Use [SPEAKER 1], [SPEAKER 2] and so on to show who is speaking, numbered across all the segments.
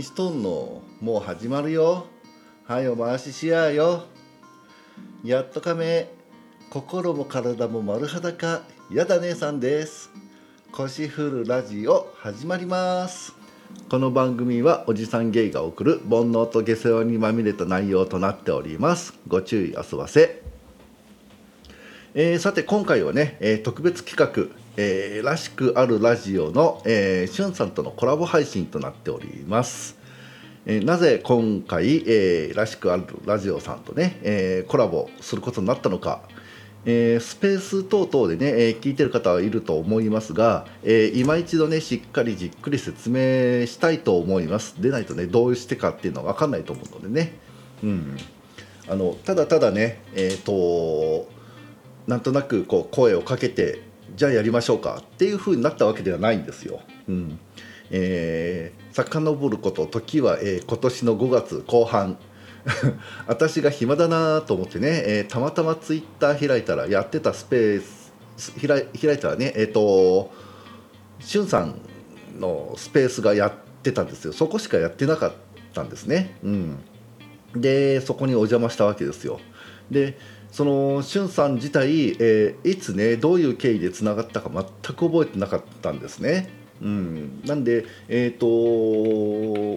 [SPEAKER 1] しとんのもう始まるよはいお回ししやよやっとかめ心も体も丸裸やだ姉さんです腰振るラジオ始まりますこの番組はおじさんゲイが送る煩悩と下世話にまみれた内容となっておりますご注意あそばせえーさて今回はね、えー特別企画、えーらしくあるラジオの、えー、しゅんさんとのコラボ配信となっております、えーなぜ今回、えーらしくあるラジオさんとね、えーコラボすることになったのか、えースペース等々でね、えー聞いてる方はいると思いますが、えー今一度ねしっかりじっくり説明したいと思いますでないとねどうしてかっていうのは分かんないと思うのでねうんあのただただねえっ、となんとなくこう声をかけてじゃあやりましょうかっていう風になったわけではないんですよ。うんえー、遡ること時は、えー今年の5月後半 私が暇だなと思ってね、えーたまたまツイッター開いたらやってたスペース開い開いたらねえっ、としゅんさんのスペースがやってたんですよそこしかやってなかったんですね。うん、でそこにお邪魔したわけですよ。でそのしゅんさん自体、えーいつねどういう経緯でつながったか全く覚えてなかったんですね。うん、なんで、えー、と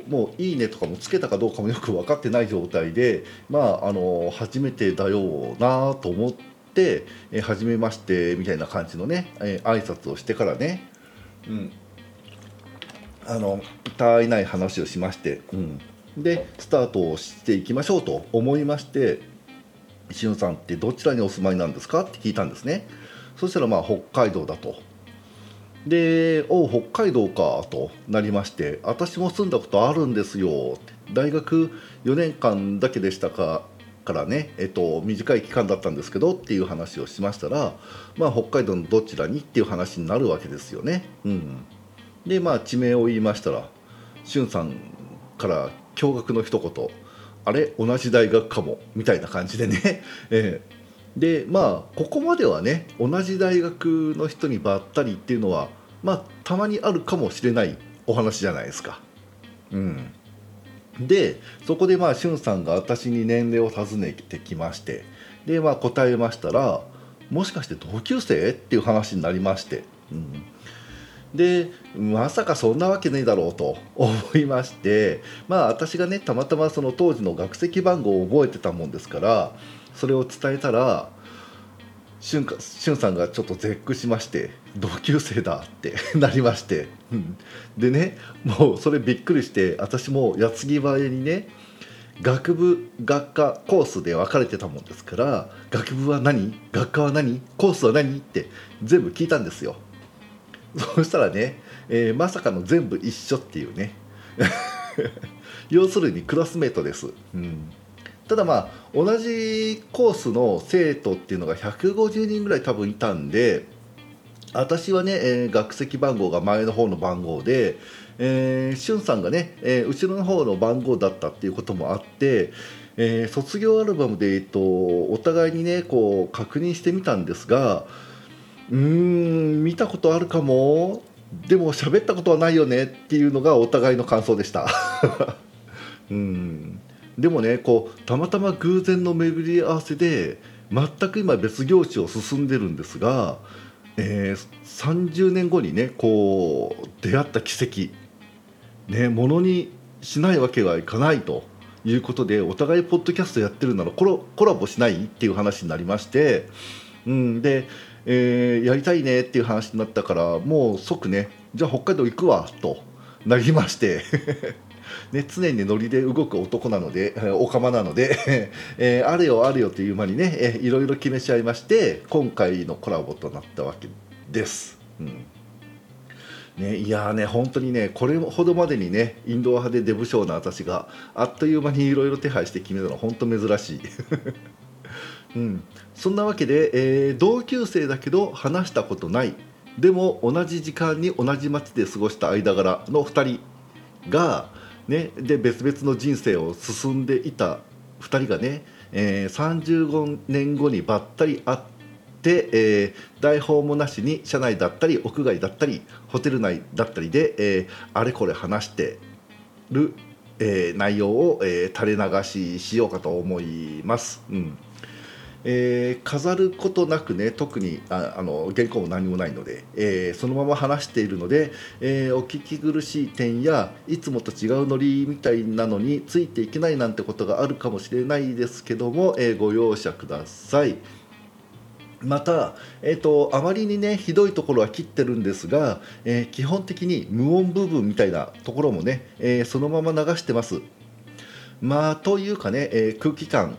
[SPEAKER 1] もう「いいね」とかもつけたかどうかもよく分かってない状態で、まあ、あの初めてだよなと思って「えー初めまして」みたいな感じのね、えー挨拶をしてからね、うん、あのたわいない話をしまして、うん、でスタートをしていきましょうと思いまして「しゅんさんってどちらにお住まいなんですか?」って聞いたんですねそしたらまあ北海道だとで「おう北海道か」となりまして「私も住んだことあるんですよ」って大学4年間だけでしたかからね、えっと、短い期間だったんですけどっていう話をしましたら、まあ、北海道のどちらにっていう話になるわけですよね。うん、でまあ地名を言いましたらしゅんさんから驚愕の一言「あれ同じ大学かも」みたいな感じでね、 ええでまあここまではね同じ大学の人にばったりっていうのはまあたまにあるかもしれないお話じゃないですか。うん、でそこでまあしゅんさんが私に年齢を尋ねてきましてでまあ答えましたらもしかして同級生っていう話になりまして。うんでまさかそんなわけねえだろうと 思いましてまあ私がねたまたまその当時の学籍番号を覚えてたもんですからそれを伝えたらしゅんかしゅんさんがちょっと絶句しまして同級生だって なりましてうんでねもうそれびっくりして私も矢継ぎ早にね学部学科コースで分かれてたもんですから学部は何学科は何コースは何って全部聞いたんですよ。そしたらね、えーまさかの全部一緒っていうね 要するにクラスメートです、うん、ただまあ同じコースの生徒っていうのが150人ぐらい多分いたんで私はね、えー学籍番号が前の方の番号で、えー、しゅんさんがね、えー後ろの方の番号だったっていうこともあって、えー卒業アルバムで、えっと、お互いにねこう確認してみたんですがうーん見たことあるかもでも喋ったことはないよねっていうのがお互いの感想でした うんでもねこうたまたま偶然の巡り合わせで全く今別業種を進んでるんですが、えー30年後にねこう出会った奇跡ねものにしないわけはいかないということでお互いポッドキャストやってるならコラコラボしないっていう話になりまして、うん、でえーやりたいねっていう話になったからもう即ねじゃあ北海道行くわとなりまして ね、常にノリで動く男なので、 えーおかまなので、 えーあれよあれよという間にね、えーいろいろ決めちゃいまして今回のコラボとなったわけです。うんね、いやーね本当にねこれほどまでにねインドア派でデブ症な私があっという間にいろいろ手配して決めたのは本当珍しい。うん、そんなわけで、えー同級生だけど話したことないでも同じ時間に同じ街で過ごした間柄の2人が、ね、で別々の人生を進んでいた2人がね、えー35年後にばったり会って、えー台本もなしに車内だったり屋外だったりホテル内だったりで、えーあれこれ話してるえー内容を、えー垂れ流ししようかと思います。うんえー飾ることなくね特にああの原稿も何もないので、えーそのまま話しているので、えーお聞き苦しい点やいつもと違うノリみたいなのについていけないなんてことがあるかもしれないですけども、えーご容赦ください。また、えー、とあまりにねひどいところは切ってるんですが、えー基本的に無音部分みたいなところもね、えーそのまま流してます。まあというかね、えー空気感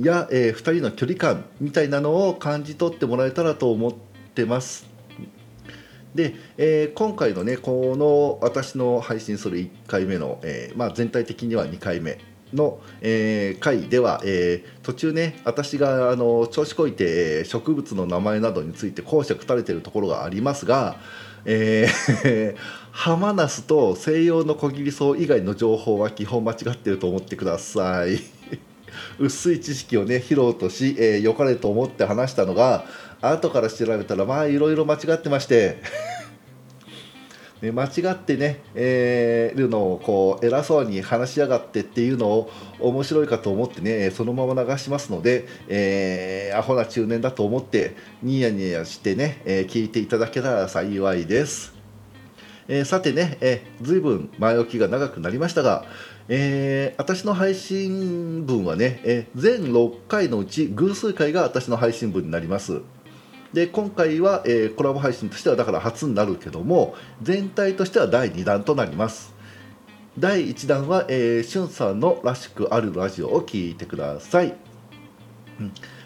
[SPEAKER 1] や、え2人の距離感みたいなのを感じ取ってもらえたらと思ってます。で、えー今回のねこの私の配信する1回目の、えーまあ、全体的には2回目の、えー回では、えー途中ね私があの調子こいてえー植物の名前などについて講釈垂れてるところがありますが、えー ハマナスと西洋のコギリソウ以外の情報は基本間違ってると思ってください。薄い知識をね披露とし、えー良かれと思って話したのが後から調べたらまあいろいろ間違ってまして、 ね、間違ってね、えーるのをこう偉そうに話しやがってっていうのを面白いかと思ってねそのまま流しますので、えーアホな中年だと思ってニヤニヤしてね、えー聞いていただけたら幸いです。えーさてね、えー、ずいぶん前置きが長くなりましたが、えー私の配信分はね、えー全6回のうち偶数回が私の配信分になります。で今回は、えーコラボ配信としてはだから初になるけども全体としては第2弾となります第1弾は、えー、しゅんさんの「らしくあるラジオ」を聞いてください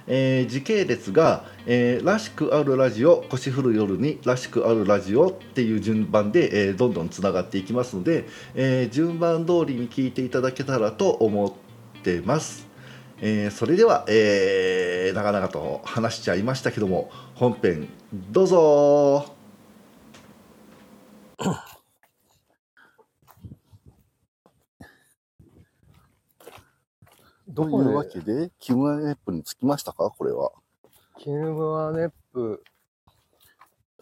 [SPEAKER 1] えー時系列が、えーらしくあるラジオ」「腰振る夜にらしくあるラジオ」っていう順番で、えーどんどんつながっていきますので、えー順番通りに聞いていただけたらと思ってます、えーそれでは、えー長々と話しちゃいましたけども本編どうぞ
[SPEAKER 2] と
[SPEAKER 1] ど
[SPEAKER 2] いうわけで、キムアネップに着きましたかこれは。
[SPEAKER 3] キルムアネップ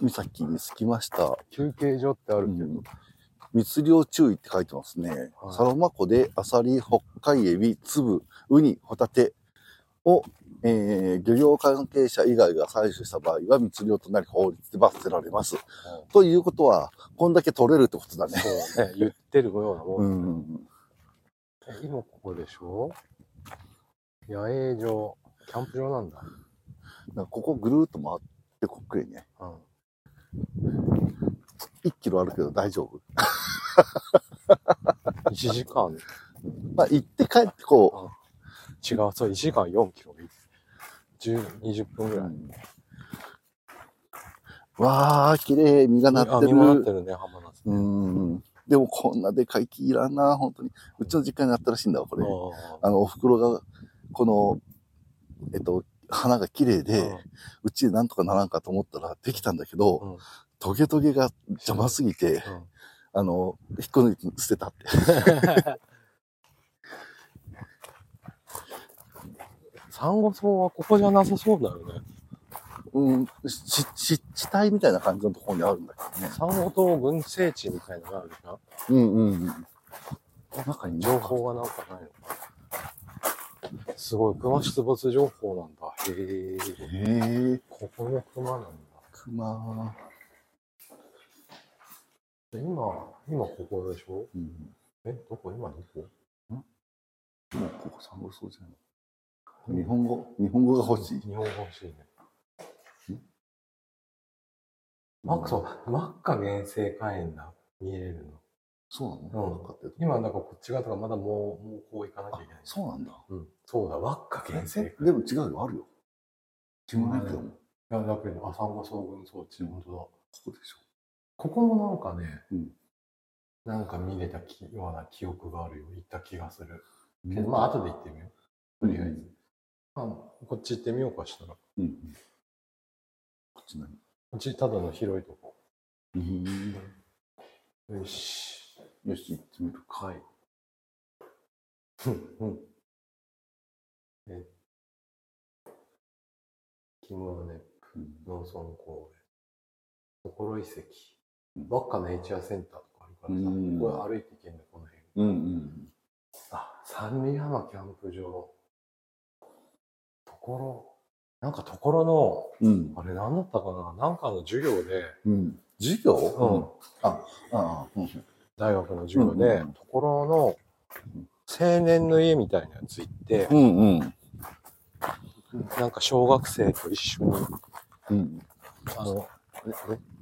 [SPEAKER 2] 岬に着きました。
[SPEAKER 3] 休憩所ってある
[SPEAKER 2] う
[SPEAKER 3] けど、
[SPEAKER 2] ん密漁注意って書いてますね。
[SPEAKER 3] はい
[SPEAKER 2] サロマ湖でアサリ、北海エビ、粒、ウニ、ホタテを、えー漁業関係者以外が採取した場合は密漁となり法律で罰せられます。ということは、こんだけ取れるってことだね。
[SPEAKER 3] そうね、言ってるようなも。
[SPEAKER 2] うんん。
[SPEAKER 3] え今ここでしょ野営場、キャンプ場なんだ。
[SPEAKER 2] なんかここぐるーっと回ってこっくりね。
[SPEAKER 3] うん、
[SPEAKER 2] 1キロあるけど大丈夫。
[SPEAKER 3] 1時間、違う、
[SPEAKER 2] まあ、行って帰ってこ
[SPEAKER 3] そう、1時間4キロ。10 20分
[SPEAKER 2] う。
[SPEAKER 3] ぐ
[SPEAKER 2] う
[SPEAKER 3] らい。
[SPEAKER 2] んわー、綺麗、実がなって
[SPEAKER 3] あ、実もなっ
[SPEAKER 2] る
[SPEAKER 3] て。るね、浜松。
[SPEAKER 2] うーん。でもこんなでかい木いらんな、本当に。うちの実家にあったらしいんだわ、これ。
[SPEAKER 3] あ
[SPEAKER 2] あの、お袋が、この、えっと、花が綺麗で、うちでなんとかならんかと思ったらできたんだけど、
[SPEAKER 3] うん
[SPEAKER 2] トゲトゲが邪魔すぎて、
[SPEAKER 3] ー
[SPEAKER 2] あの、引っこ抜いて捨てたって。
[SPEAKER 3] うんサンゴ草はここじゃなさそうだよね。
[SPEAKER 2] うん、し、し、地帯みたいな感じのところにあるんだけどね。
[SPEAKER 3] サンゴ島群生地みたいなのがあるじゃん。
[SPEAKER 2] うんうんうん。中に
[SPEAKER 3] 情報がなんかないのかな。すごい、熊出没情報なんだ。へえ。
[SPEAKER 2] へえ、
[SPEAKER 3] ここも熊なんだ。
[SPEAKER 2] 熊、
[SPEAKER 3] で今、今ここでしょ
[SPEAKER 2] うん。
[SPEAKER 3] え、どこ今どこ
[SPEAKER 2] もうここサンゴそうじゃない。日本語、日本語が欲しい。
[SPEAKER 3] 日本語欲しいね。マック、そう、マッカ原生花園だ。見えるの。
[SPEAKER 2] そうな
[SPEAKER 3] う
[SPEAKER 2] の、
[SPEAKER 3] ん
[SPEAKER 2] なんかって
[SPEAKER 3] 今、なんかこっち側とかまだもう、もうこう行かなきゃいけない。
[SPEAKER 2] そうなんだ。
[SPEAKER 3] うん。そうだ、マッカ原生花園。
[SPEAKER 2] でも違うよ、あるよ。自分だけども、
[SPEAKER 3] いや、だけど、あ、サンゴ草群装置、本当だ。
[SPEAKER 2] ここでしょ。
[SPEAKER 3] ここもなんかね、
[SPEAKER 2] うん
[SPEAKER 3] なんか見れたきような記憶があるよ。行った気がする。
[SPEAKER 2] う
[SPEAKER 3] けど、まあ、後で行ってみよう。とりあえず。まあ、こっち行ってみようかしたら。こ
[SPEAKER 2] うん。こっち何
[SPEAKER 3] っちただの広いとこ。
[SPEAKER 2] うん。
[SPEAKER 3] よし。
[SPEAKER 2] よし、行ってみるか。
[SPEAKER 3] はい。うんうん。え。キムアネップ、農村公園、心遺跡、
[SPEAKER 2] うん
[SPEAKER 3] バッカネイチャーセンターとかあるからさ、
[SPEAKER 2] うん
[SPEAKER 3] これ歩いていけんだ、この
[SPEAKER 2] う
[SPEAKER 3] 辺。
[SPEAKER 2] んうん。
[SPEAKER 3] 三里浜キャンプ場。ところ、なんかところ
[SPEAKER 1] うん。
[SPEAKER 3] の、あれ何だったかななんかの授業で、
[SPEAKER 1] うん。授業
[SPEAKER 3] うん、
[SPEAKER 1] うん。ああ、うん。
[SPEAKER 3] 大学の授業で、
[SPEAKER 1] うん
[SPEAKER 3] ところの青年の家みたいなやつ行って、
[SPEAKER 1] うんうん。
[SPEAKER 3] なんか小学生と一緒に、
[SPEAKER 1] うん。
[SPEAKER 3] あの、ええ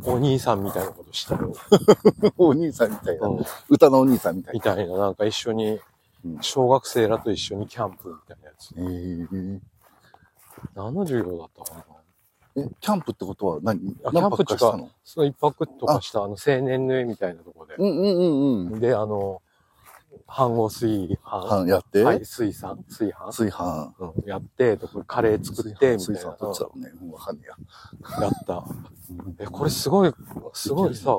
[SPEAKER 3] お兄さんみたいなことしたよ。
[SPEAKER 1] お兄さんみたいな。
[SPEAKER 3] うん
[SPEAKER 1] 歌のお兄さんみたい
[SPEAKER 3] みたいな、なんか一緒に
[SPEAKER 1] うん、
[SPEAKER 3] 小学生らと一緒にキャンプみたいなやつ。
[SPEAKER 1] な。え
[SPEAKER 3] 何の授業だったかな
[SPEAKER 1] ええ、キャンプってことは何
[SPEAKER 3] あキャ
[SPEAKER 1] 何
[SPEAKER 3] ン
[SPEAKER 1] 泊
[SPEAKER 3] プって
[SPEAKER 1] か
[SPEAKER 3] いう
[SPEAKER 1] した
[SPEAKER 3] か
[SPEAKER 1] の、
[SPEAKER 3] その一泊とかした、あの、青年の家みたいなとこで。
[SPEAKER 1] うんうんうんうん。
[SPEAKER 3] で、あの、飯後炊飯。
[SPEAKER 1] はやって、
[SPEAKER 3] はい、炊飯、炊飯。
[SPEAKER 1] 炊飯。
[SPEAKER 3] うん、やって、とこカレー作って、みたい
[SPEAKER 1] 炊
[SPEAKER 3] な。
[SPEAKER 1] 飯どっちだろうね。うん、わかんねえや。
[SPEAKER 3] やった。え、これすごい、すごいさ、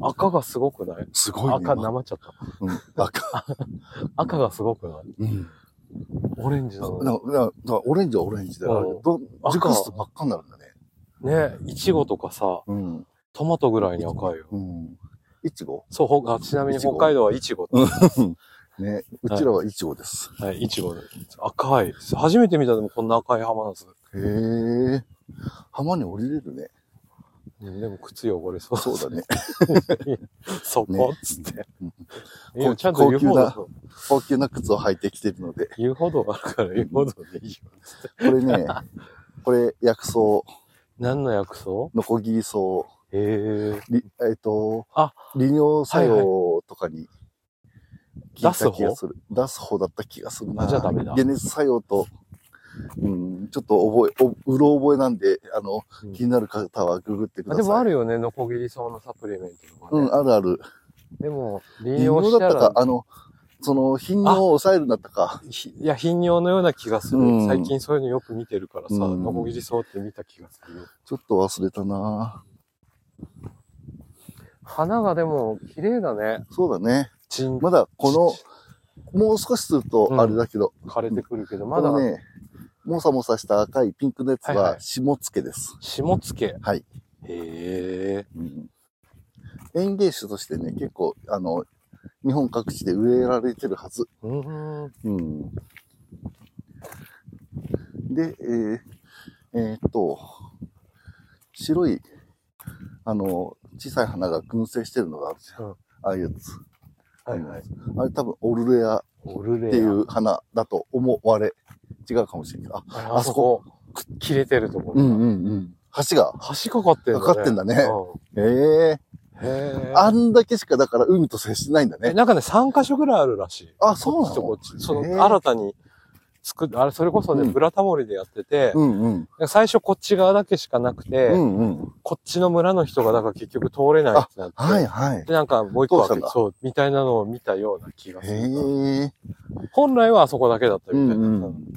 [SPEAKER 3] 赤がすごくない
[SPEAKER 1] すごいね。
[SPEAKER 3] 赤、なまっちゃった。
[SPEAKER 1] うん、赤。
[SPEAKER 3] 赤がすごくない
[SPEAKER 1] うん。
[SPEAKER 3] オレンジ
[SPEAKER 1] だ
[SPEAKER 3] な
[SPEAKER 1] か
[SPEAKER 3] の。
[SPEAKER 1] ら、だからオレンジはオレンジだ
[SPEAKER 3] う
[SPEAKER 1] よ
[SPEAKER 3] ん。
[SPEAKER 1] ど
[SPEAKER 3] 赤
[SPEAKER 1] 熟すと真っ赤になるんだね。
[SPEAKER 3] ね、いちごとかさ、
[SPEAKER 1] うん。
[SPEAKER 3] トマトぐらいに赤いよ。
[SPEAKER 1] うん。いちご
[SPEAKER 3] そうほか、ちなみに
[SPEAKER 1] いちご
[SPEAKER 3] 北海道はいちご。
[SPEAKER 1] ね。うちらはいちごです。
[SPEAKER 3] はい、いちごです。赤いです。初めて見たでもこんな赤い浜なんです。
[SPEAKER 1] へえ。浜に降りれるね。
[SPEAKER 3] うんでも靴汚れそう。
[SPEAKER 1] そうだ ね。
[SPEAKER 3] そこ
[SPEAKER 1] ね
[SPEAKER 3] っつって。
[SPEAKER 1] うん
[SPEAKER 3] いやちゃんと言
[SPEAKER 1] 高
[SPEAKER 3] うほ
[SPEAKER 1] 級な
[SPEAKER 3] ど、
[SPEAKER 1] 高級な靴を履いてきてるので、
[SPEAKER 3] 言うほどあるから言うほどで いいよ。
[SPEAKER 1] これね、これ薬草、
[SPEAKER 3] 何の薬草
[SPEAKER 1] ノコギリ草、
[SPEAKER 3] ええ
[SPEAKER 1] りえっ、と
[SPEAKER 3] あ、
[SPEAKER 1] 利尿作用とかに効い
[SPEAKER 3] 出す
[SPEAKER 1] た
[SPEAKER 3] 方
[SPEAKER 1] 気がする。出す方だった気がするな。
[SPEAKER 3] あじゃあダメだ
[SPEAKER 1] 解熱作用と、うん、ちょっと覚え、おうろ覚えなんで、あの、
[SPEAKER 3] うん
[SPEAKER 1] 気になる方はググってくだ
[SPEAKER 3] あ
[SPEAKER 1] さい。
[SPEAKER 3] でもある
[SPEAKER 1] よ。
[SPEAKER 3] よね、ノコギリ草のサプリメントとか
[SPEAKER 1] う
[SPEAKER 3] ね。
[SPEAKER 1] ん、あるある。
[SPEAKER 3] でも、利
[SPEAKER 1] 利
[SPEAKER 3] 用
[SPEAKER 1] 尿だ
[SPEAKER 3] し
[SPEAKER 1] っ
[SPEAKER 3] た、
[SPEAKER 1] たからあの、その、頻尿を抑えるんだったか。
[SPEAKER 3] ひいや、頻尿のような気がする。
[SPEAKER 1] うん
[SPEAKER 3] 最近そういうのよく見てるからさ、
[SPEAKER 1] うん
[SPEAKER 3] ノコギリ草って見た気がするよ。
[SPEAKER 1] ちょっと忘れたな
[SPEAKER 3] 花がでも、綺麗だね。
[SPEAKER 1] そうだね。
[SPEAKER 3] ちん、
[SPEAKER 1] まだこの、もう少しする
[SPEAKER 3] うん
[SPEAKER 1] と、あれだけど、
[SPEAKER 3] 枯れてくるけど、
[SPEAKER 1] まだ
[SPEAKER 3] まだ、
[SPEAKER 1] ね、もさもさした赤いピンクのやつ
[SPEAKER 3] はいはい
[SPEAKER 1] は、下付けです。
[SPEAKER 3] 下付
[SPEAKER 1] はい。
[SPEAKER 3] け。へえ。
[SPEAKER 1] うん園芸種としてね、結構、あの、日本各地で植えられてるはず。
[SPEAKER 3] うん。
[SPEAKER 1] うん。で、えーえーっと、白い、あの、小さい花が群生してるのがあるじゃん。
[SPEAKER 3] うん
[SPEAKER 1] ああいうやつ。
[SPEAKER 3] はいはい。
[SPEAKER 1] あれ多分、オルレア
[SPEAKER 3] オルレア。
[SPEAKER 1] っていう花だと思われ、違うかもしれないけど。あ、
[SPEAKER 3] あ。
[SPEAKER 1] あ
[SPEAKER 3] あそ
[SPEAKER 1] そ
[SPEAKER 3] こ
[SPEAKER 1] こ、
[SPEAKER 3] 切れてるところ。
[SPEAKER 1] うんうんうん。橋が。
[SPEAKER 3] 橋かかってんだね。
[SPEAKER 1] かかってんだね
[SPEAKER 3] う
[SPEAKER 1] ええ
[SPEAKER 3] んへえ。
[SPEAKER 1] あんだけしかだから海と接してないんだ
[SPEAKER 3] え、
[SPEAKER 1] ね。
[SPEAKER 3] なんかね、3カ所ぐらいあるらしい。
[SPEAKER 1] あ、そう
[SPEAKER 3] こ
[SPEAKER 1] な
[SPEAKER 3] っちとこ
[SPEAKER 1] の
[SPEAKER 3] っち。そ
[SPEAKER 1] へえ
[SPEAKER 3] の、新たに作っ、あれ、それこそね、
[SPEAKER 1] うん
[SPEAKER 3] ブラタモリでやってて、
[SPEAKER 1] うんうん。
[SPEAKER 3] 最初こっち側だけしかなくて、
[SPEAKER 1] うんうん。
[SPEAKER 3] こっちの村の人が、だから結局通れないってなって、
[SPEAKER 1] はいはい。
[SPEAKER 3] で、なんかもう一個
[SPEAKER 1] そ
[SPEAKER 3] あ
[SPEAKER 1] うなん
[SPEAKER 3] って
[SPEAKER 1] だ
[SPEAKER 3] そう、みたいなのを見たような気がす
[SPEAKER 1] へ
[SPEAKER 3] る。
[SPEAKER 1] え。
[SPEAKER 3] 本来はあそこだけだったみたいな。
[SPEAKER 1] うんうん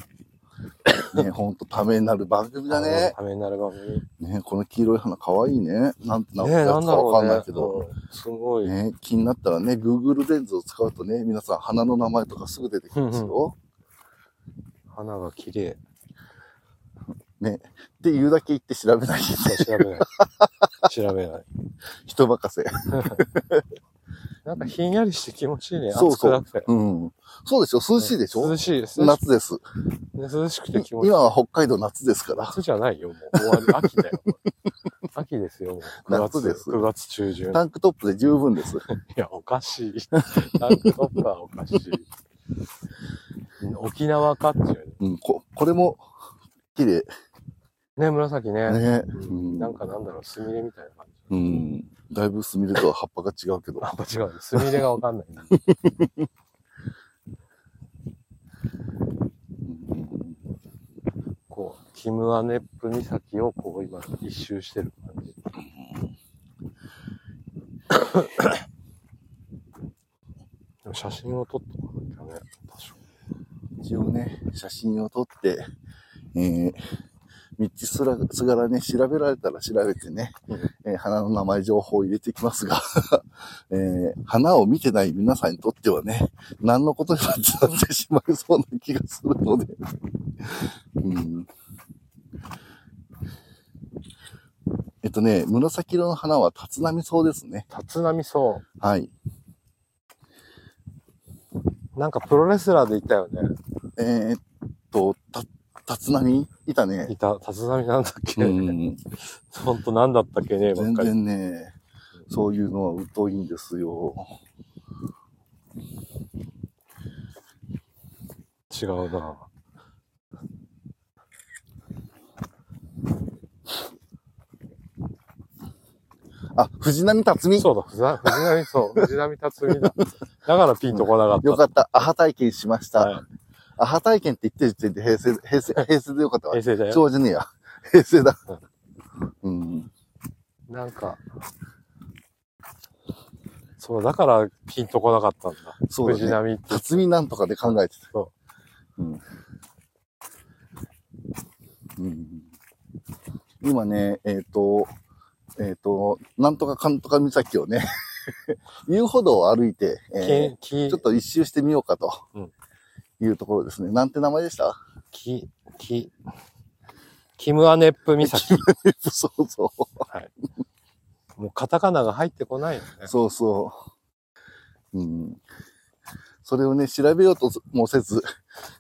[SPEAKER 1] ね、ほんとためになる番組だね。
[SPEAKER 3] ためになる番組。
[SPEAKER 1] ね、この黄色い花かわいいね。なんて名
[SPEAKER 3] ね
[SPEAKER 1] 前
[SPEAKER 3] な
[SPEAKER 1] だ
[SPEAKER 3] ん
[SPEAKER 1] か
[SPEAKER 3] だろ
[SPEAKER 1] わか
[SPEAKER 3] う
[SPEAKER 1] ん
[SPEAKER 3] ね。
[SPEAKER 1] ないけど。
[SPEAKER 3] うんすごい。
[SPEAKER 1] ね、気になったらね、Google レンズを使うとね、皆さん花の名前とかすぐ出てきますよ。
[SPEAKER 3] 花が綺麗。
[SPEAKER 1] ね、って言うだけ言って調べないで ね
[SPEAKER 3] 調べない。調べない。
[SPEAKER 1] 人任せ。
[SPEAKER 3] なんかひんやりして気持ちいいね。
[SPEAKER 1] そう
[SPEAKER 3] 暑く
[SPEAKER 1] そう
[SPEAKER 3] なくて。
[SPEAKER 1] うん。そうでしょ涼しいでしょ、
[SPEAKER 3] 涼しいです。
[SPEAKER 1] 夏です。
[SPEAKER 3] ね涼しくて気持ちいい。
[SPEAKER 1] 今は北海道夏ですから。
[SPEAKER 3] 夏じゃないよ、もう。終わり、秋だよ。秋ですよ、もう。9月
[SPEAKER 1] 夏です
[SPEAKER 3] 9月中旬。
[SPEAKER 1] タンクトップで十分です。
[SPEAKER 3] いや、おかしい。タンクトップはおかしい。沖縄かっていうね。
[SPEAKER 1] うん、こ、これも、綺麗。
[SPEAKER 3] ね、紫ね。
[SPEAKER 1] ね。
[SPEAKER 3] う
[SPEAKER 1] うんん
[SPEAKER 3] なんかなんだろう、スミレみたいな感じ。
[SPEAKER 1] うん。だいぶスミレとは葉っぱが違うけど。
[SPEAKER 3] あ、違う。スミレがわかんない。こう、キムアネップ岬をこう今一周してる感じ。でも写真を撮っとかなきゃね、多少。
[SPEAKER 1] 一応ね、写真を撮って、えー、道すら、すがらね、調べられたら調べてね、
[SPEAKER 3] うん
[SPEAKER 1] えー花の名前情報を入れていきますが、 えー、花を見てない皆さんにとってはね、何のことにもなってしまいそうな気がするので、 うん。えっとね、紫色の花は立浪草ですね。
[SPEAKER 3] 立浪草。
[SPEAKER 1] はい。
[SPEAKER 3] なんかプロレスラーでいたよね。
[SPEAKER 1] えーっと、た、立浪いたね
[SPEAKER 3] い。た、立浪なんだっけ、
[SPEAKER 1] うん。
[SPEAKER 3] ほんとなんだったっけねばっ
[SPEAKER 1] 全
[SPEAKER 3] かり。
[SPEAKER 1] 然ね、そういうのは疎いんですよ。
[SPEAKER 3] 違うな。
[SPEAKER 1] あ、藤波辰巳。
[SPEAKER 3] そうだ、藤波、藤波、そう、藤波辰巳だ。だからピンとこなかった。
[SPEAKER 1] よかった。アハ体験しました。
[SPEAKER 3] はい
[SPEAKER 1] アハ体験って言ってる時点で平成、平成、平成でよかったわ
[SPEAKER 3] 平。成だよ。
[SPEAKER 1] 昭和じゃねえや。平成だ。うん。
[SPEAKER 3] なんか、そう、だからピンとこなかったんだ。
[SPEAKER 1] そうだね
[SPEAKER 3] 藤波って。
[SPEAKER 1] 辰巳なんとかで考えてた。。
[SPEAKER 3] そう
[SPEAKER 1] ん。うん、今ね、えっ、と、えっ、と、なんとかかんとか岬をね、 遊歩道を歩いて、えー
[SPEAKER 3] き、き、
[SPEAKER 1] ちょっと一周してみようかと
[SPEAKER 3] うん
[SPEAKER 1] いうところですね。なんて名前でした
[SPEAKER 3] き、き、キムアネップ 岬。
[SPEAKER 1] そうそ
[SPEAKER 3] もうカタカナが入ってこないよね。
[SPEAKER 1] う。そうそう。うん。それをね、調べようともせず、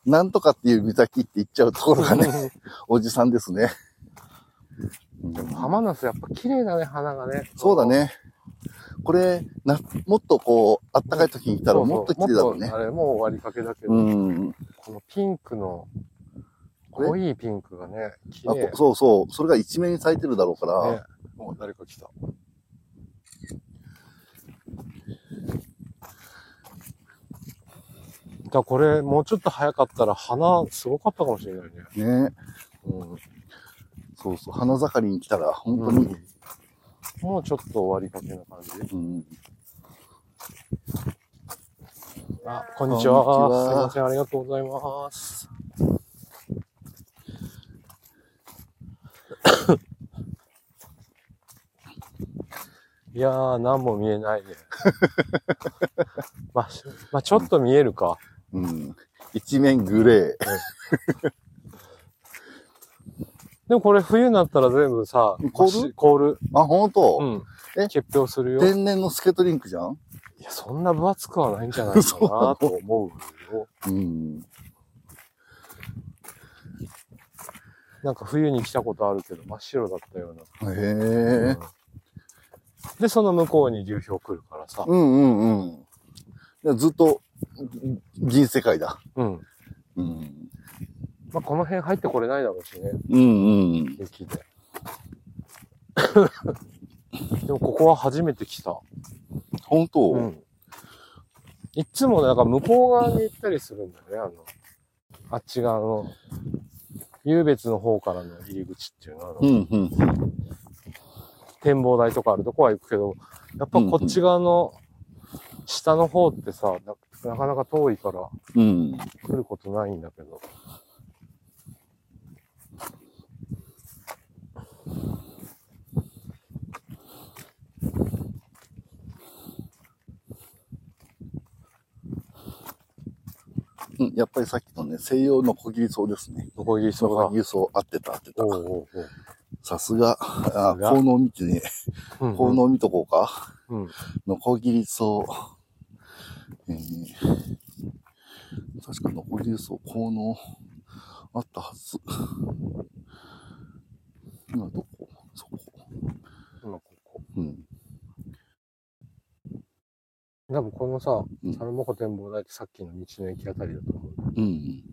[SPEAKER 1] なんとかっていう岬って言っちゃうところがね、おじさんですね。
[SPEAKER 3] 浜ナスやっぱ綺麗だね、花がね。
[SPEAKER 1] そうだ。ね。これ、な、もっとこう、あったかい時に来たらもっと綺麗だろうね
[SPEAKER 3] もっ。とあれ、もう終わりかけだけど、
[SPEAKER 1] うん。
[SPEAKER 3] このピンクの、
[SPEAKER 1] これ
[SPEAKER 3] 濃いピンクがね、綺
[SPEAKER 1] あ
[SPEAKER 3] 麗。
[SPEAKER 1] こそうそう。それが一面に咲いてるだろうから、
[SPEAKER 3] ね、もう誰か来た。だこれ、もうちょっと早かったら花、すごかったかもしれないね。
[SPEAKER 1] ね。
[SPEAKER 3] うん、
[SPEAKER 1] そうそう。花盛りに来たら、本当に、
[SPEAKER 3] もうちょっと終わりかけな感じ。
[SPEAKER 1] うん
[SPEAKER 3] あ、こんにちは。
[SPEAKER 1] こんにちは
[SPEAKER 3] すいません、ありがとうござい ます。いやー、何も見えないね。まあ、しまあ、ちょっと見えるか。
[SPEAKER 1] うん。一面グレ
[SPEAKER 3] でもこれ冬になったら全部さ、
[SPEAKER 1] 凍る
[SPEAKER 3] 真っ白凍る。
[SPEAKER 1] ー。あ、本当、
[SPEAKER 3] うん。
[SPEAKER 1] え
[SPEAKER 3] 結氷するよ。
[SPEAKER 1] 天然のスケートリンクじゃん
[SPEAKER 3] いや、そんな分厚くはないんじゃないか
[SPEAKER 1] そうなの
[SPEAKER 3] なと思う よ。
[SPEAKER 1] うん。
[SPEAKER 3] なんか冬に来たことあるけど、真っ白だったような。
[SPEAKER 1] へえ。
[SPEAKER 3] で、その向こうに流氷来るからさ。
[SPEAKER 1] うんうんうんいや。ずっと、銀世界だ。
[SPEAKER 3] うん。
[SPEAKER 1] うん。
[SPEAKER 3] まあ、この辺入ってこれないだろうしね、
[SPEAKER 1] うんうん。
[SPEAKER 3] 雪 で。でもここは初めて来た。
[SPEAKER 1] 本当、
[SPEAKER 3] ん。いっつもねなんか向こう側に行ったりするんだよね、あの、あっち側の、湧別の方からの入り口っていうのは、あ
[SPEAKER 1] う
[SPEAKER 3] の
[SPEAKER 1] んうん。
[SPEAKER 3] 展望台とかあるとこは行くけど、やっぱこっち側の下の方ってさ、ななかなか遠いから
[SPEAKER 1] うん。
[SPEAKER 3] 来ることないんだけど。
[SPEAKER 1] うんやっぱりさっきのね、西洋の小切り草ですね。
[SPEAKER 3] どこ行き
[SPEAKER 1] そ
[SPEAKER 3] そう
[SPEAKER 1] の
[SPEAKER 3] だ
[SPEAKER 1] 小切。り草合ってた合ってた
[SPEAKER 3] お。うおうおう
[SPEAKER 1] さすが、あ
[SPEAKER 3] すが
[SPEAKER 1] 効能見てね、
[SPEAKER 3] うんうん
[SPEAKER 1] 効能見とこうか。
[SPEAKER 3] うん。
[SPEAKER 1] ノコギリソウ。えー、確かノコギリソウ、効能あったはず。今どこそこ。
[SPEAKER 3] 今ここ。
[SPEAKER 1] うん。
[SPEAKER 3] 多分このさ
[SPEAKER 1] うん、
[SPEAKER 3] サルモコ展望台ってさっきの道の駅あたりだと思う。
[SPEAKER 1] うん。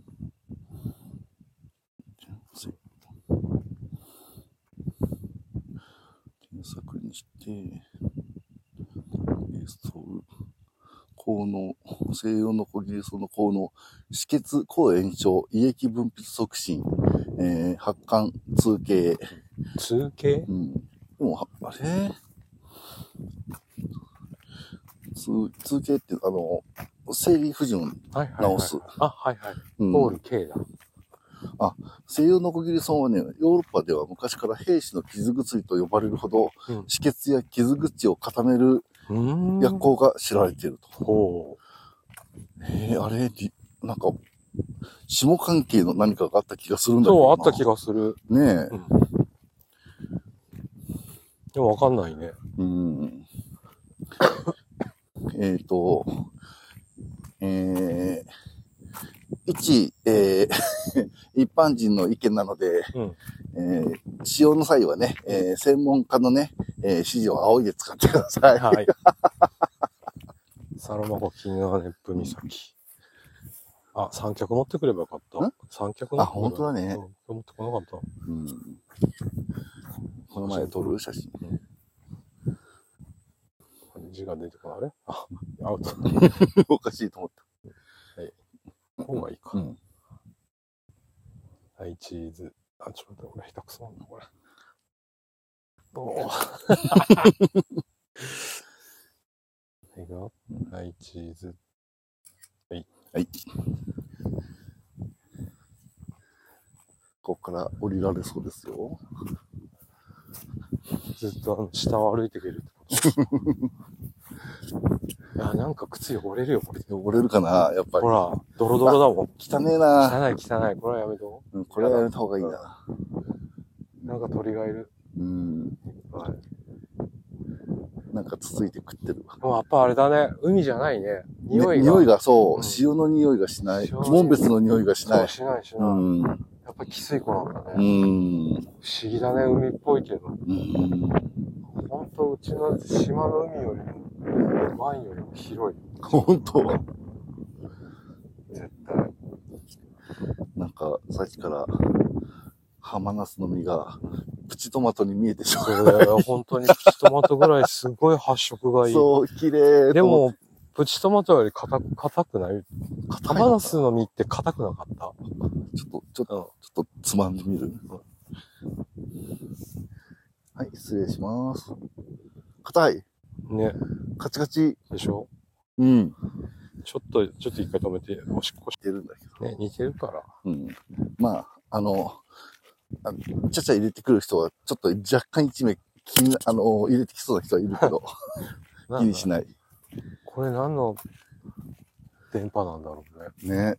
[SPEAKER 1] 検索にして、ゲスト効能、西洋のコギリソの効能、止血、抗炎症、胃液分泌促進、えー、発汗、通経、
[SPEAKER 3] 通形
[SPEAKER 1] うん。でも、はあれ通、通経って、あの、生理不順
[SPEAKER 3] はいはい、
[SPEAKER 1] 直す。
[SPEAKER 3] あ、はいはい。
[SPEAKER 1] うん
[SPEAKER 3] ゴール K だ。
[SPEAKER 1] 西洋ノコギリソウはね、ヨーロッパでは昔から兵士の傷薬と呼ばれるほど、
[SPEAKER 3] うん
[SPEAKER 1] 止血や傷口を固める
[SPEAKER 3] うーん
[SPEAKER 1] 薬効が知られていると。
[SPEAKER 3] ほ
[SPEAKER 1] えー、あれ、りなんか、下関係の何かがあった気がするん
[SPEAKER 3] う。
[SPEAKER 1] だけど
[SPEAKER 3] そう、あ
[SPEAKER 1] な。
[SPEAKER 3] った気がする。
[SPEAKER 1] ねえ。
[SPEAKER 3] でもわかんないね。
[SPEAKER 1] うん。えっ、と、えー、一、えー、 一般人の意見なので、
[SPEAKER 3] うん
[SPEAKER 1] えー使用の際はね、えー専門家のね、えー指示を仰いで使ってください。
[SPEAKER 3] はい。サロマ湖金の熱風岬。あ、三脚持ってくればよかった
[SPEAKER 1] ん。
[SPEAKER 3] 三脚持ってくれば
[SPEAKER 1] あ本当だね
[SPEAKER 3] うん持ってこなかっ
[SPEAKER 1] うんこの前撮る写真。
[SPEAKER 3] た。字が出てこない。あれあ、アウト。
[SPEAKER 1] おかしいと思っ
[SPEAKER 3] こうがいいか
[SPEAKER 1] た。。ん。
[SPEAKER 3] はい、チーズ。あ、ちょっと待って、俺下手くそなんだ、これ。おぉ。はい、チーズ。
[SPEAKER 1] ここから降りられそうですよ。
[SPEAKER 3] ずっとあの下を歩いてくれるって こと。いや、なんか靴汚れるよ、これ。
[SPEAKER 1] 汚れるかなやっぱり。
[SPEAKER 3] ほら、ドロドロだもん。
[SPEAKER 1] 汚ねえな。
[SPEAKER 3] 汚い汚い。これはやめとこ
[SPEAKER 1] うんこれはやめた方がいいな。
[SPEAKER 3] う。なんか鳥がいる。
[SPEAKER 1] うん。
[SPEAKER 3] はい。
[SPEAKER 1] なんかつついて食ってるわ。
[SPEAKER 3] もうやっぱあれだね。海じゃないね。匂い
[SPEAKER 1] ね
[SPEAKER 3] が。
[SPEAKER 1] 匂い
[SPEAKER 3] が
[SPEAKER 1] がそうう、
[SPEAKER 3] ん
[SPEAKER 1] 塩の匂いがしない。
[SPEAKER 3] 塩の
[SPEAKER 1] 紋別の匂いがしない。
[SPEAKER 3] しないし
[SPEAKER 1] う
[SPEAKER 3] ない。
[SPEAKER 1] ん。う
[SPEAKER 3] やっぱきつい子なんだね。
[SPEAKER 1] ん。
[SPEAKER 3] 不思議だね、海っぽいけど。
[SPEAKER 1] うん
[SPEAKER 3] ほんと、うちの島の海よりも、湾よりも広い。
[SPEAKER 1] ほんと。
[SPEAKER 3] 絶対。
[SPEAKER 1] なんか、さっきから、ハマナスの実が、プチトマトに見えてしま
[SPEAKER 3] これ、本当にプチトマトぐらいすごい発色が
[SPEAKER 1] う。
[SPEAKER 3] いい。
[SPEAKER 1] そう、綺麗。
[SPEAKER 3] で、も、プチトマトより硬く、硬くない
[SPEAKER 1] カ
[SPEAKER 3] ハマナスの実って硬くなかった
[SPEAKER 1] ちょっと、ちょっと、ちょっとつまんでみる。はい、失礼します。硬い。
[SPEAKER 3] ね。
[SPEAKER 1] カチカチ。
[SPEAKER 3] でしょ
[SPEAKER 1] うん。っ
[SPEAKER 3] ちょっと、ちょっと一回止めて、おしっこして
[SPEAKER 1] るんだけど。
[SPEAKER 3] ね、似てるから。
[SPEAKER 1] うん。まあ、あの、あちゃちゃ入れてくる人は、ちょっと若干一名気に、 あの、入れてきそうな 人はいるけど、気にしない。
[SPEAKER 3] これ何の電波なんだろうね。
[SPEAKER 1] ね。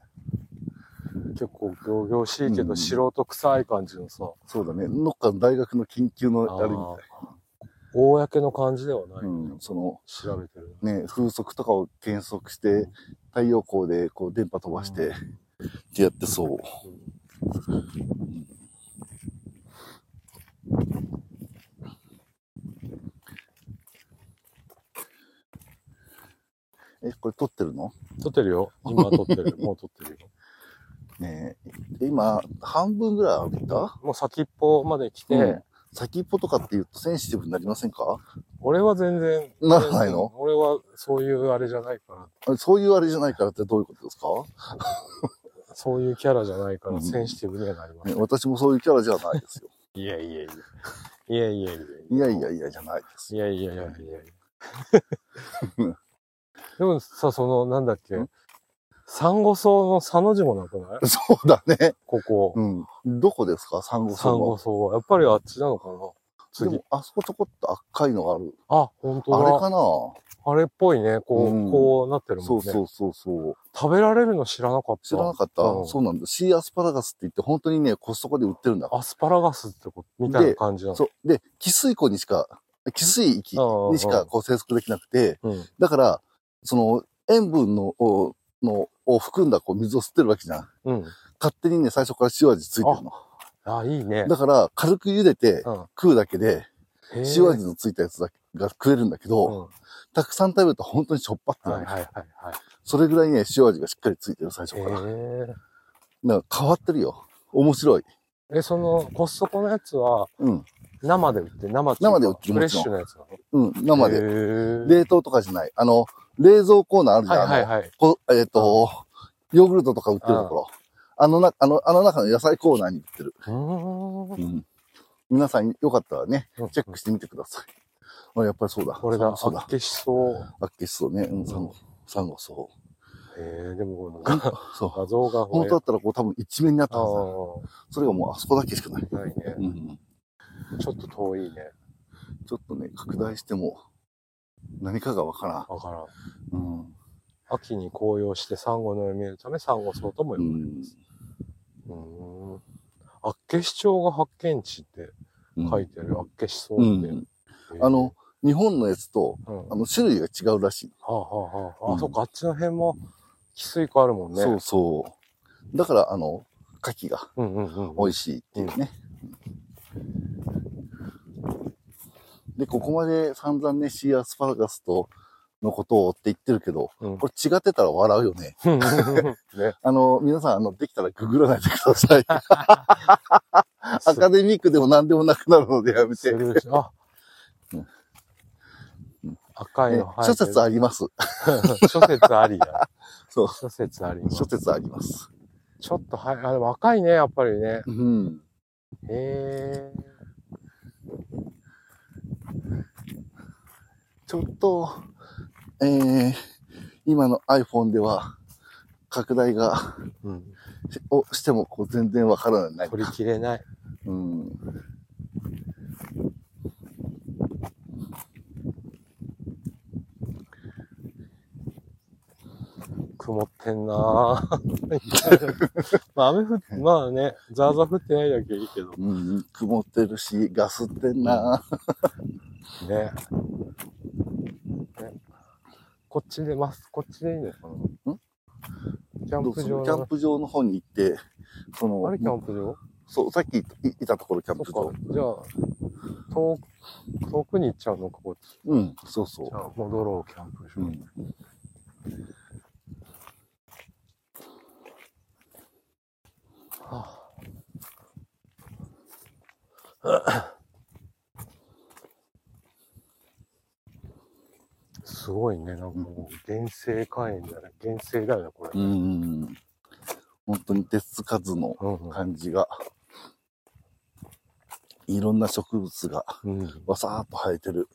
[SPEAKER 3] 結構行々しいけど、
[SPEAKER 1] うん
[SPEAKER 3] 素人臭い感じのさ、
[SPEAKER 1] そうだね。どっかの大学の研究のあれみたい。
[SPEAKER 3] 公の感じではない。
[SPEAKER 1] うん、その、
[SPEAKER 3] 調べてる。
[SPEAKER 1] ね、風速とかを計測して、太陽光でこう電波飛ばして、ってやってそう。え、これ撮ってるの
[SPEAKER 3] 撮ってるよ。今撮っ てる。もう撮ってるよ。
[SPEAKER 1] ねえ、今、半分ぐらい歩いた
[SPEAKER 3] もう先っぽまで来て、
[SPEAKER 1] ねえ先っぽとかって言うとセンシティブになりませんか
[SPEAKER 3] 俺は全然。
[SPEAKER 1] ならないの
[SPEAKER 3] 俺はそういうあれじゃないから、
[SPEAKER 1] あれそういうあれじゃないからってどういうことですか、
[SPEAKER 3] そういうキャラじゃないか
[SPEAKER 1] う
[SPEAKER 3] ら、
[SPEAKER 1] ん
[SPEAKER 3] センシティブにはなりませ
[SPEAKER 1] ね
[SPEAKER 3] ん。
[SPEAKER 1] 私もそういうキャラじゃないですよ。
[SPEAKER 3] いやいやいや。いやいやいや。
[SPEAKER 1] いやいやいやじゃないです
[SPEAKER 3] い。やいや いやいやいや。でもさ、その、なんだっけ
[SPEAKER 1] ん、
[SPEAKER 3] サンゴ層のサの字もなくない
[SPEAKER 1] そうだね。
[SPEAKER 3] ここ、
[SPEAKER 1] うん。どこですかサンゴ
[SPEAKER 3] サンゴ
[SPEAKER 1] 礁
[SPEAKER 3] 層は。やっぱりあっちなのかな
[SPEAKER 1] は。で
[SPEAKER 3] 次
[SPEAKER 1] も。、あそこちょこっと赤いのがある。
[SPEAKER 3] あ、本当
[SPEAKER 1] あれ
[SPEAKER 3] だ。
[SPEAKER 1] かな
[SPEAKER 3] あれっぽいね。こう、
[SPEAKER 1] うん
[SPEAKER 3] こうなってる
[SPEAKER 1] そ
[SPEAKER 3] もん
[SPEAKER 1] う
[SPEAKER 3] ね。
[SPEAKER 1] そうそうそう。
[SPEAKER 3] 食べられるの知らなかった。
[SPEAKER 1] 知らなかった、
[SPEAKER 3] うん
[SPEAKER 1] そうなんだ。シーアスパラガスって言って、本当にね、コストコで売ってるんだ。
[SPEAKER 3] アスパラガスってことみたいな感じなの。
[SPEAKER 1] そう。で、汽水湖にしか、汽水域
[SPEAKER 3] うんうん
[SPEAKER 1] にしかこう生息できなくて、
[SPEAKER 3] うん。
[SPEAKER 1] だから、その、塩分の、おの、を含んだこう水を吸ってるわけじゃん。
[SPEAKER 3] うん。
[SPEAKER 1] 勝手にね、最初から塩味ついてるの。
[SPEAKER 3] あ、いいね。
[SPEAKER 1] だから、軽く茹でて
[SPEAKER 3] うん。
[SPEAKER 1] 食うだけで、
[SPEAKER 3] へー
[SPEAKER 1] 塩味のついたやつだけが食えるんだけど、
[SPEAKER 3] うん。は
[SPEAKER 1] たくさん食べると本当にしょっぱって
[SPEAKER 3] い
[SPEAKER 1] な
[SPEAKER 3] は
[SPEAKER 1] る
[SPEAKER 3] いはいはい。
[SPEAKER 1] それぐらいね、塩味がしっかりついてる、最初
[SPEAKER 3] へ
[SPEAKER 1] から。
[SPEAKER 3] ー
[SPEAKER 1] なんか変わってるよ。面白い。
[SPEAKER 3] え、その、コストコのやつは、
[SPEAKER 1] うん。
[SPEAKER 3] 生で売って、生っていうか
[SPEAKER 1] 生で売ってる
[SPEAKER 3] フレ
[SPEAKER 1] も
[SPEAKER 3] ッ
[SPEAKER 1] ちろん
[SPEAKER 3] シュなやつなの
[SPEAKER 1] うん、生で。
[SPEAKER 3] で、
[SPEAKER 1] 冷凍とかじゃない。あの、冷蔵コーナーあるじゃん。
[SPEAKER 3] はい
[SPEAKER 1] あの
[SPEAKER 3] はいはい
[SPEAKER 1] こえっ、と、ヨーグルトとか売ってるところ。あのな、あの、あの中の野菜コーナーに売ってる。
[SPEAKER 3] うーん。
[SPEAKER 1] うん。皆さんよかったらね、
[SPEAKER 3] うん
[SPEAKER 1] チェックしてみてください。あ、やっぱりそうだ。
[SPEAKER 3] これだ、あ
[SPEAKER 1] そうだ
[SPEAKER 3] っ。けしそう。
[SPEAKER 1] あっけしそうね。うん、サンゴ。サンゴ、そ
[SPEAKER 3] えー、で
[SPEAKER 1] う。
[SPEAKER 3] もなんか、
[SPEAKER 1] そう。
[SPEAKER 3] 画像が
[SPEAKER 1] 本当だったらこう多分一面にあった
[SPEAKER 3] あ
[SPEAKER 1] はずだ。それがもうあそこだけしかない。
[SPEAKER 3] あ、ないね。
[SPEAKER 1] うん。
[SPEAKER 3] ちょっと遠いね。
[SPEAKER 1] ちょっとね、拡大しても何かがわから
[SPEAKER 3] わからん。
[SPEAKER 1] ん。うん。
[SPEAKER 3] 秋に紅葉してサンゴの絵を見るため、サンゴ層とも呼ばれます。うーん。あっけし町が発見地って
[SPEAKER 1] うん
[SPEAKER 3] 書いてある、あっけし層っ
[SPEAKER 1] う
[SPEAKER 3] て。
[SPEAKER 1] ん。あの、、日本のやつと、
[SPEAKER 3] うん、
[SPEAKER 1] あ
[SPEAKER 3] は
[SPEAKER 1] の、種類が違うらしい。
[SPEAKER 3] あはあはあ。あ、
[SPEAKER 1] うん
[SPEAKER 3] そっか、あっちの辺も汽水湖あるもんね。
[SPEAKER 1] そうそう。だから、あの、牡蠣が
[SPEAKER 3] うんうんうん。
[SPEAKER 1] 美味しいっていうね。で、ここまで散々ね、シーアスパラガスと、のことを追って言ってるけど、
[SPEAKER 3] うん
[SPEAKER 1] これ違ってたら笑うよね。
[SPEAKER 3] うんうんうんね。
[SPEAKER 1] あの、皆さん、あの、できたらググらないでくださ い。アカデミックでも何でもなくなるのでやめ
[SPEAKER 3] す
[SPEAKER 1] て。
[SPEAKER 3] るでしょあ
[SPEAKER 1] うん
[SPEAKER 3] 赤い
[SPEAKER 1] ね
[SPEAKER 3] の入って
[SPEAKER 1] 諸
[SPEAKER 3] る
[SPEAKER 1] 説あります。
[SPEAKER 3] 諸説ありや。
[SPEAKER 1] そう
[SPEAKER 3] 諸説あり。
[SPEAKER 1] 諸説あります。
[SPEAKER 3] ちょっとはい、あ、でも赤いね、やっぱりね。
[SPEAKER 1] うん。
[SPEAKER 3] へえ。
[SPEAKER 1] ちょっと、えー、今の iPhone では、拡大が、
[SPEAKER 3] うん。
[SPEAKER 1] しをしてもこう全然わからない。
[SPEAKER 3] 取りきれない。
[SPEAKER 1] うん。
[SPEAKER 3] 曇ってんなぁ。 まあ雨降って、まあね、ザーザー降ってないだけいいけど。
[SPEAKER 1] うん、曇ってるし、ガスってんな。
[SPEAKER 3] ね。ねこっちでます。こっちでいいのかなんキ
[SPEAKER 1] ど
[SPEAKER 3] ャ
[SPEAKER 1] う
[SPEAKER 3] ン
[SPEAKER 1] する
[SPEAKER 3] プ場の
[SPEAKER 1] キャンプ場の方に行って、その
[SPEAKER 3] あれキャンプ場
[SPEAKER 1] そう、さっきいいたところキャンプ
[SPEAKER 3] そ
[SPEAKER 1] 場
[SPEAKER 3] っか。。じゃあ、遠く、遠くに行っちゃうのか、こっち。
[SPEAKER 1] うん、そうそ
[SPEAKER 3] じゃあ、戻ろう、キャンプ
[SPEAKER 1] う。
[SPEAKER 3] 場。
[SPEAKER 1] うん、
[SPEAKER 3] はあすごいね、なんかもう、原生開園じゃない、原生だよね、これ。
[SPEAKER 1] うん。本当に手つかずの
[SPEAKER 3] うん
[SPEAKER 1] 感じが、いろんな植物が
[SPEAKER 3] うん。
[SPEAKER 1] わさーっと生えてる。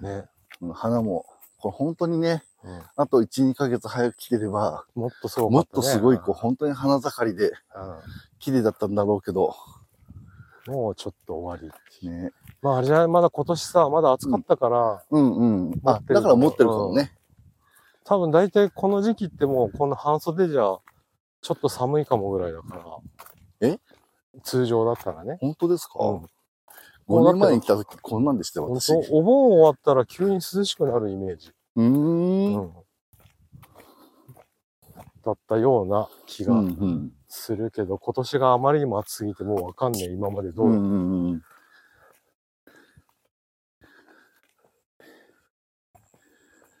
[SPEAKER 3] ね。
[SPEAKER 1] うん花も、これ本当にね、
[SPEAKER 3] うん
[SPEAKER 1] あと1、2ヶ月早く来てれば、
[SPEAKER 3] もっとすごか
[SPEAKER 1] も
[SPEAKER 3] っ
[SPEAKER 1] ったと
[SPEAKER 3] ね
[SPEAKER 1] すごい、こう、本当に花盛りで綺麗だったんだろうけど、
[SPEAKER 3] うんもうちょっと終わりっていう。
[SPEAKER 1] ね。
[SPEAKER 3] まあ、あれじゃない、まだ今年さ、まだ暑かったから、
[SPEAKER 1] うんうん。
[SPEAKER 3] 持
[SPEAKER 1] あ
[SPEAKER 3] っ、てる
[SPEAKER 1] だから持ってるかもね。
[SPEAKER 3] 多分大体この時期ってもうこの半袖じゃちょっと寒いかもぐらいだから。
[SPEAKER 1] え
[SPEAKER 3] 通常だったらね。
[SPEAKER 1] 本当ですか、
[SPEAKER 3] うん
[SPEAKER 1] ?5 年前に来た時こんなんでしたよ、
[SPEAKER 3] 本
[SPEAKER 1] 私。
[SPEAKER 3] 当
[SPEAKER 1] う
[SPEAKER 3] お盆終わったら急に涼しくなるイメージ。
[SPEAKER 1] ー。
[SPEAKER 3] うん
[SPEAKER 1] うん
[SPEAKER 3] ん。だったような気
[SPEAKER 1] う
[SPEAKER 3] が
[SPEAKER 1] ん
[SPEAKER 3] するけど、今年があまりにも暑すぎてもうわかんねえ、今までど
[SPEAKER 1] う
[SPEAKER 3] う。
[SPEAKER 1] んうんうん。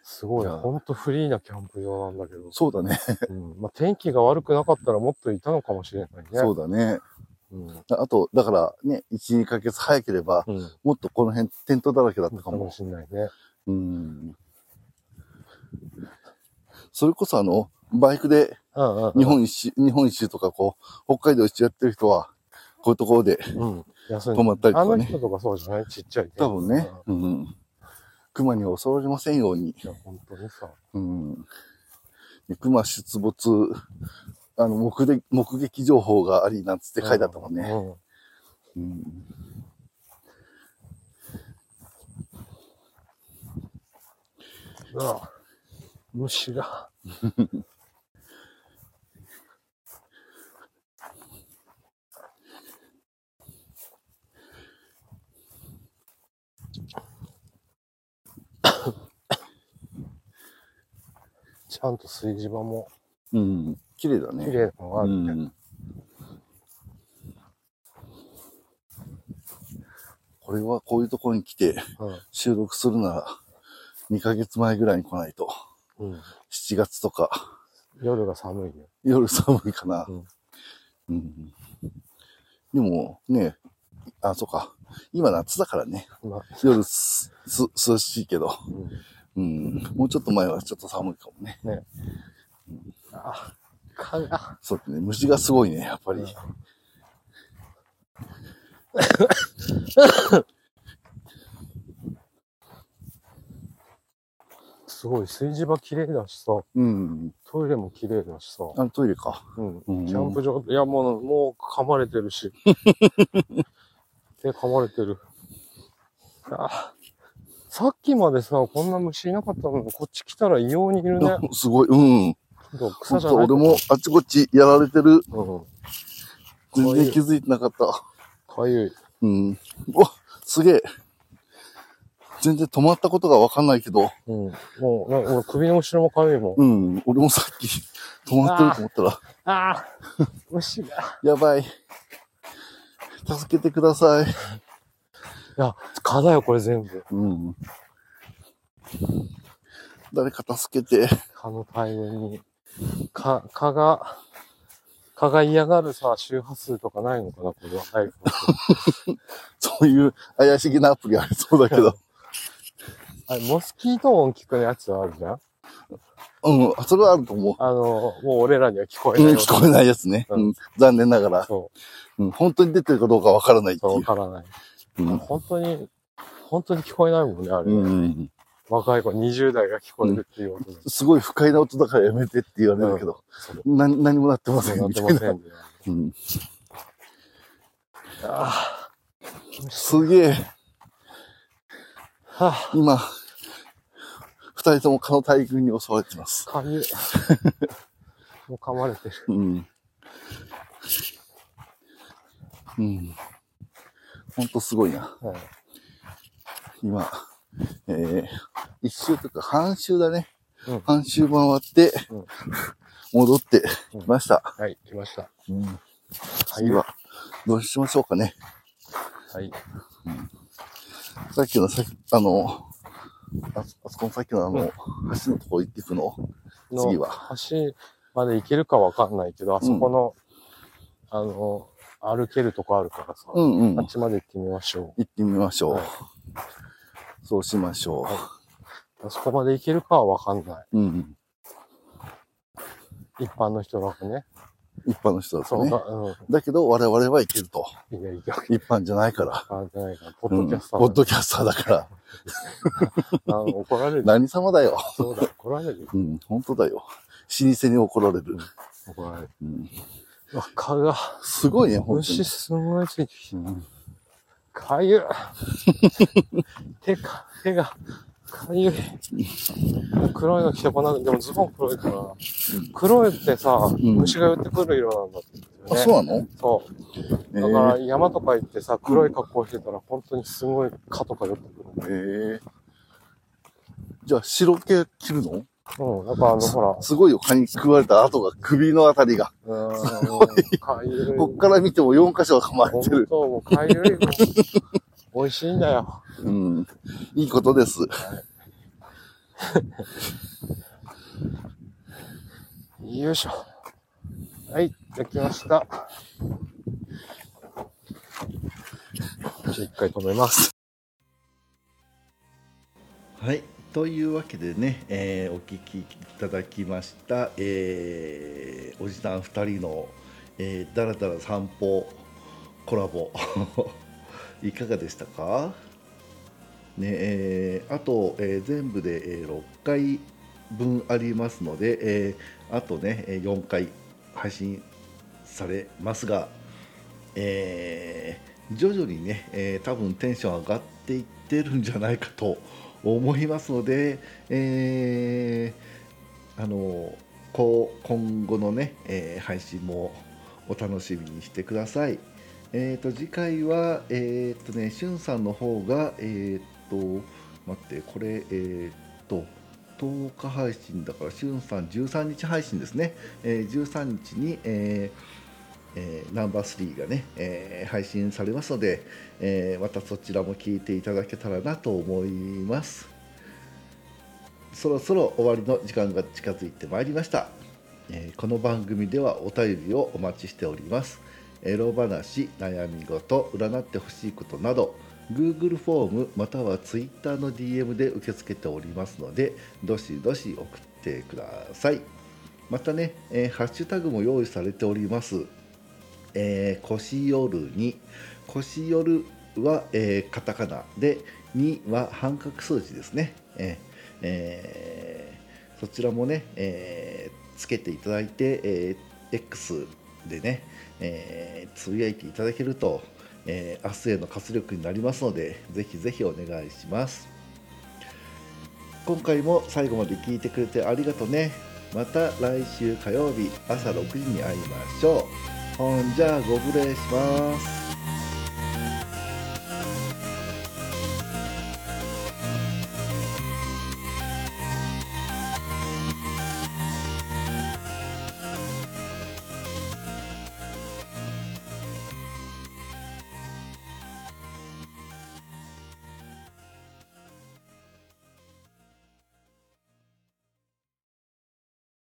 [SPEAKER 3] すごい、
[SPEAKER 1] いや
[SPEAKER 3] ほんとフリーなキャンプ場なんだけど。
[SPEAKER 1] そうだね。
[SPEAKER 3] うん。まあ、天気が悪くなかったらもっといたのかもしれないね。
[SPEAKER 1] そうだね。
[SPEAKER 3] うん。
[SPEAKER 1] あと、だからね、1、2ヶ月早ければ、
[SPEAKER 3] うん。
[SPEAKER 1] もっとこの辺テントだらけだった
[SPEAKER 3] か
[SPEAKER 1] か
[SPEAKER 3] も
[SPEAKER 1] も。
[SPEAKER 3] しれないね。
[SPEAKER 1] うん。それこそあの、バイクで
[SPEAKER 3] うんうん。
[SPEAKER 1] 日本一周、日本一周とかこう、北海道一周やってる人は、こういうところで
[SPEAKER 3] うん。休んで
[SPEAKER 1] 泊まったりと
[SPEAKER 3] あ
[SPEAKER 1] か
[SPEAKER 3] の
[SPEAKER 1] ね。
[SPEAKER 3] 人とかそうじゃないちっちゃい、ね。
[SPEAKER 1] 多分ね。うん。熊には襲われませんように。
[SPEAKER 3] いや、本当にさ。
[SPEAKER 1] うん。熊出没、あの、目撃、目撃情報がありなんつって書いてあったもんね。
[SPEAKER 3] うん。
[SPEAKER 1] うん。
[SPEAKER 3] うわ虫が。ちゃんと炊事場も
[SPEAKER 1] うん。綺麗だね。
[SPEAKER 3] 綺麗なのがあるみたいな
[SPEAKER 1] うんこれはこういうところに来て収録するなら2ヶ月前ぐらいに来ないと
[SPEAKER 3] うんうん
[SPEAKER 1] 7月とか
[SPEAKER 3] 夜が寒いね。
[SPEAKER 1] 夜寒いかな、
[SPEAKER 3] うん
[SPEAKER 1] うんでもねあそうか今夏だからね
[SPEAKER 3] まあ
[SPEAKER 1] 夜すす涼しいけど、
[SPEAKER 3] うん
[SPEAKER 1] うん、もうちょっと前はちょっと寒いかもね
[SPEAKER 3] あ、かあ、
[SPEAKER 1] そうだね虫がすごいねやっぱり、
[SPEAKER 3] すごい、炊事場綺麗だしさ、
[SPEAKER 1] うん、
[SPEAKER 3] トイレも綺麗だしさ、
[SPEAKER 1] あのトイレか
[SPEAKER 3] うん、キ
[SPEAKER 1] うん
[SPEAKER 3] ャンプ場、いやもう、もう噛まれてるし。 手噛まれてる。あさっきまでさ、こんな虫いなかったのに、こっち来たら異様にいるね。
[SPEAKER 1] すごい、うん。
[SPEAKER 3] どう草
[SPEAKER 1] 本
[SPEAKER 3] じゃ
[SPEAKER 1] 当
[SPEAKER 3] ない
[SPEAKER 1] 俺もあちこちやられてる。
[SPEAKER 3] うん。
[SPEAKER 1] 全然気づいてなかった。
[SPEAKER 3] かゆい。
[SPEAKER 1] うん。うわ、すげえ。
[SPEAKER 2] 全然止まったことがわかんないけど、
[SPEAKER 3] うん。もう、な俺首の後ろもかゆいもん。
[SPEAKER 2] うん、俺もさっき止まってると思ったら、
[SPEAKER 3] ああ 虫が。
[SPEAKER 2] やばい。助けてください。
[SPEAKER 3] いや、蚊だよ、これ全部。
[SPEAKER 2] うん。誰か助けて。
[SPEAKER 3] 蚊の大群に。蚊、蚊が、蚊が嫌がるさ、周波数とかないのかな、これは。はい。
[SPEAKER 2] そういう怪しげなアプリありそうだけど。
[SPEAKER 3] あモスキート音聞くやつあるじゃん
[SPEAKER 2] うん、それはあると思う。
[SPEAKER 3] あの、もう俺らには聞こえ
[SPEAKER 2] う、
[SPEAKER 3] なんい。
[SPEAKER 2] 聞こえないやつね。うん、残念ながら、
[SPEAKER 3] そう、
[SPEAKER 2] うん。本当に出てるかどうかわからないって
[SPEAKER 3] そう、
[SPEAKER 2] い
[SPEAKER 3] わ
[SPEAKER 2] う。
[SPEAKER 3] からない。
[SPEAKER 2] うん
[SPEAKER 3] 本当に、本当に聞こえないもんね、あれ。
[SPEAKER 2] うん、
[SPEAKER 3] 若い子、20代が聞こえるっていう音です
[SPEAKER 2] ごい不快な音だからやめてって言われるけど、な何もなってませ
[SPEAKER 3] す。
[SPEAKER 2] ん
[SPEAKER 3] なっ
[SPEAKER 2] みたい
[SPEAKER 3] てま
[SPEAKER 2] な。
[SPEAKER 3] せんね。
[SPEAKER 2] うん、
[SPEAKER 3] あ
[SPEAKER 2] すげえ、
[SPEAKER 3] あ、は
[SPEAKER 2] 今、二人とも蚊の大群に襲われてます
[SPEAKER 3] あ、。かゆい。もう噛まれてる。
[SPEAKER 2] うん。うん。ほんとすごいな。
[SPEAKER 3] はい
[SPEAKER 2] 今、えー、一周というか半周だね。
[SPEAKER 3] うん
[SPEAKER 2] 半周回って、
[SPEAKER 3] うん
[SPEAKER 2] 戻ってきました。
[SPEAKER 3] はい、来ました。
[SPEAKER 2] 次は、どうしましょうかね。
[SPEAKER 3] はい。
[SPEAKER 2] さっきのさ、あの、ああそこのさっきのあの、橋のとこ行っていくの。
[SPEAKER 3] の
[SPEAKER 2] 次は
[SPEAKER 3] 橋まで行けるかわかんないけど、あそこの、あの、歩けるとこあるからさ、
[SPEAKER 2] うんうん。
[SPEAKER 3] あっ
[SPEAKER 2] 行
[SPEAKER 3] ちまで行ってみましょ
[SPEAKER 2] ってみましょう。
[SPEAKER 3] はい
[SPEAKER 2] そうしましょう。
[SPEAKER 3] う。あそこまで行けるかはわかんない。
[SPEAKER 2] うん。
[SPEAKER 3] 一般の人だとね。
[SPEAKER 2] 一般の人だ
[SPEAKER 3] そ
[SPEAKER 2] と
[SPEAKER 3] う
[SPEAKER 2] ね
[SPEAKER 3] か、。う
[SPEAKER 2] だけど、我々はいけると。
[SPEAKER 3] ん。いやいや、
[SPEAKER 2] 一般じゃないから。
[SPEAKER 3] あじゃないか。ポッドキャスター
[SPEAKER 2] うん
[SPEAKER 3] だ
[SPEAKER 2] ポッドキャスターだから。
[SPEAKER 3] あ怒られる。
[SPEAKER 2] 何様だよ。
[SPEAKER 3] そうだ、怒られる。
[SPEAKER 2] うん、本当だよ。老舗に怒られる。
[SPEAKER 3] 怒られる。
[SPEAKER 2] うん、
[SPEAKER 3] うわ蚊が、
[SPEAKER 2] すごいね、本当
[SPEAKER 3] 虫
[SPEAKER 2] に。
[SPEAKER 3] すごいついてきて、
[SPEAKER 2] うん
[SPEAKER 3] かゆい。 手か、手が、かゆい。黒いの着てこなくでもズボン黒いから、黒いってさ、
[SPEAKER 2] ん
[SPEAKER 3] 虫が寄ってくる色なんだって、ね
[SPEAKER 2] あ、そうなの
[SPEAKER 3] そう
[SPEAKER 2] え
[SPEAKER 3] だから
[SPEAKER 2] ー、
[SPEAKER 3] 山とか行ってさ、黒い格好してたら本当にすごい蚊とか寄ってくるんだ
[SPEAKER 2] えーじゃあ、白毛切るの
[SPEAKER 3] よ。うん、やっぱあの、ほら、
[SPEAKER 2] すごいよ、蚊に食われた跡が、首のあたりが。
[SPEAKER 3] うーん、 かゆい。
[SPEAKER 2] こっから見ても4箇所が噛まれて
[SPEAKER 3] 本
[SPEAKER 2] る。
[SPEAKER 3] 当、もうかゆい よ。美味しいんだよ。
[SPEAKER 2] うん。いいことです。
[SPEAKER 3] よいしょ。はい、できました。じゃあ一回止めます。
[SPEAKER 1] はい、というわけでね、えーお聞きいただきました、えーおじさん2人の、えー、だらだら散歩コラボ いかがでしたか、ねえーあと、えー全部で、えー6回分ありますので、えーあとねえー4回配信されますが、えー徐々にね、えー多分テンション上がっていってるんじゃないかと思いますので、えーあのこう今後のね、えー配信もお楽しみにしてください。えー、と次回は、えーっとね、しゅんさんの方が、えーっと待ってこれ、えーっと10日配信だからしゅんさん13日配信ですね、えー13日に、えーえーナンバー3がね、えー配信されますので、えーまたそちらも聞いていただけたらなと思いますそろそろ終わりの時間が近づいてまいりました、えーこの番組ではお便りをお待ちしておりますエロ話悩み事占ってほしいことなど Google フォームまたは Twitter の DM で受け付けておりますのでどしどし送ってくださいまたね、えーハッシュタグも用意されておりますえー、腰夜に腰夜は、えーカタカナで2は半角数字ですね、えーえーそちらもね、えーつけていただいて、えー X でね、えーつぶやいていただけると、えー明日への活力になりますのでぜひぜひお願いします今回も最後まで聞いてくれてありがとねまた来週火曜日朝6時に会いましょうほんじゃあご無礼します。